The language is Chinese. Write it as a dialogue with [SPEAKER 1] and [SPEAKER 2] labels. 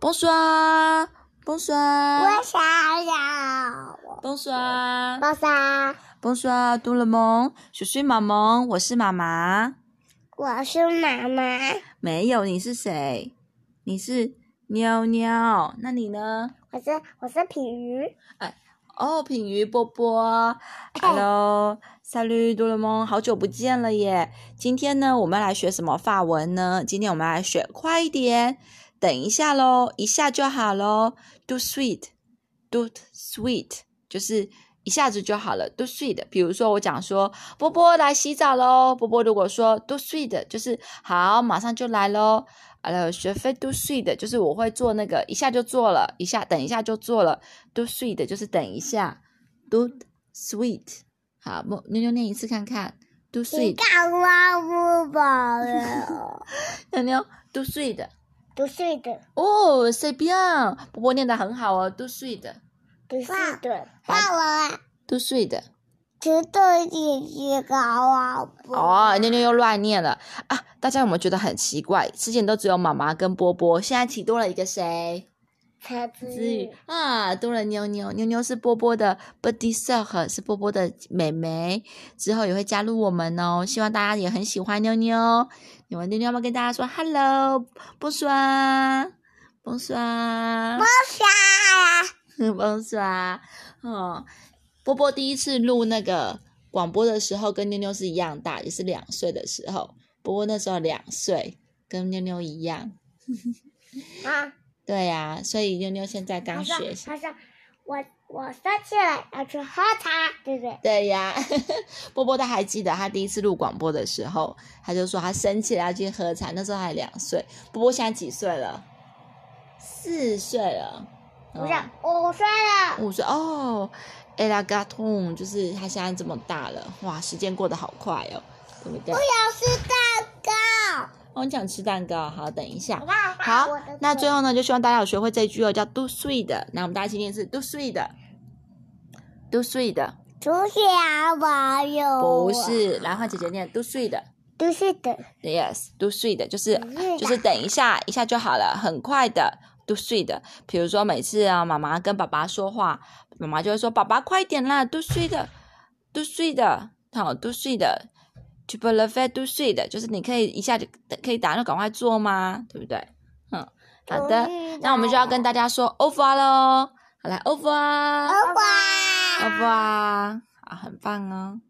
[SPEAKER 1] Bonsoir, bonsoir,
[SPEAKER 2] 我想要
[SPEAKER 1] bonsoir,
[SPEAKER 2] 猫砂，
[SPEAKER 1] bonsoir，杜了萌，水水妈萌，我是妈妈。
[SPEAKER 2] 我是妈妈，
[SPEAKER 1] 没有，你是谁？你是妞妞，那你呢？
[SPEAKER 2] 我是我是品鱼，
[SPEAKER 1] 哦，品鱼波波，Hello，萨绿杜了萌，好久不见了耶！今天呢，我们来学什么法文呢？今天我们来学快一点，等一下喽，一下就好喽，do sweet，do sweet，就是一下子就好了，do sweet。比如说我讲说波波来洗澡喽，波波如果说 do sweet，就是好，马上就来喽。呃，学费 do sweet 就是我会做那个一下就做了，一下等一下就做了。do sweet 就是等一下，do sweet。好，默妞妞念一次看看，do
[SPEAKER 2] 你
[SPEAKER 1] sweet，
[SPEAKER 2] 干嘛不饱了？
[SPEAKER 1] 妞妞 do sweet。
[SPEAKER 2] 不是的，
[SPEAKER 1] 哦，c'est bien，波波念的很好哦，do sweet，do
[SPEAKER 2] 不是的，啊爸爸
[SPEAKER 1] sweet。
[SPEAKER 2] 吃豆姐姐搞啊不？
[SPEAKER 1] 哦，妞妞又乱念了啊！大家有没有觉得很奇怪？之前都只有妈妈跟波波，现在起多了一个谁？
[SPEAKER 2] 才不
[SPEAKER 1] 子宇啊，多了妞妞，妞妞是波波的 buddy s i r 是波波的妹妹，之后也会加入我们哦。希望大家也很喜欢妞妞。你们妞妞要不要跟大家说 hello，bonsoir，bonsoir，啊
[SPEAKER 2] 傻呀，
[SPEAKER 1] 蒙刷，哦，波波第一次录那个广播的时候，跟妞妞是一样大，也是两岁的时候。波波那时候两岁，跟妞妞一样。
[SPEAKER 2] 啊，
[SPEAKER 1] 对呀、所以妞妞现在
[SPEAKER 2] 他
[SPEAKER 1] 刚
[SPEAKER 2] 说
[SPEAKER 1] 学 习。
[SPEAKER 2] 他说我我生气了，要去喝茶，对不对？
[SPEAKER 1] 对呀、波波他还记得他第一次录广播的时候，他就说他生气了要去喝茶，那时候还两岁。波波现在几岁了？四岁了。
[SPEAKER 2] 不是
[SPEAKER 1] 嗯，
[SPEAKER 2] 我说了，
[SPEAKER 1] 我说哦 e l a g a t o n 就是他现在这么大了，哇，时间过得好快哦，对不对？
[SPEAKER 2] 要吃蛋
[SPEAKER 1] 哦，你想吃蛋糕，好，等一下
[SPEAKER 2] 糕，。好
[SPEAKER 1] 好
[SPEAKER 2] 我的，
[SPEAKER 1] 那
[SPEAKER 2] 腿
[SPEAKER 1] 最后呢，就希望大家有学会这句哦，叫 “do sweet”。那我们大家一起念是 “do sweet”，“do sweet”，
[SPEAKER 2] 竹小宝有
[SPEAKER 1] 不，是，来换姐姐念 “do sweet”。
[SPEAKER 2] 都是的，
[SPEAKER 1] Yes, do sweet 就是
[SPEAKER 2] 嗯
[SPEAKER 1] 就是等一下，一下就好了，很快的 do sweet 的。比如说每次啊，妈妈跟爸爸说话，妈妈就会说：“爸爸快点啦，do sweet, do sweet，好，do sweet。”去 b e l e v e do sweet，就是你可以一下就可以打，那赶快做吗？对不对？嗯，好
[SPEAKER 2] 哦
[SPEAKER 1] 的，那我们就要跟大家说 over
[SPEAKER 2] 哦啊
[SPEAKER 1] 喽。好来 over，over，
[SPEAKER 2] 拜拜。
[SPEAKER 1] 啊，很棒哦。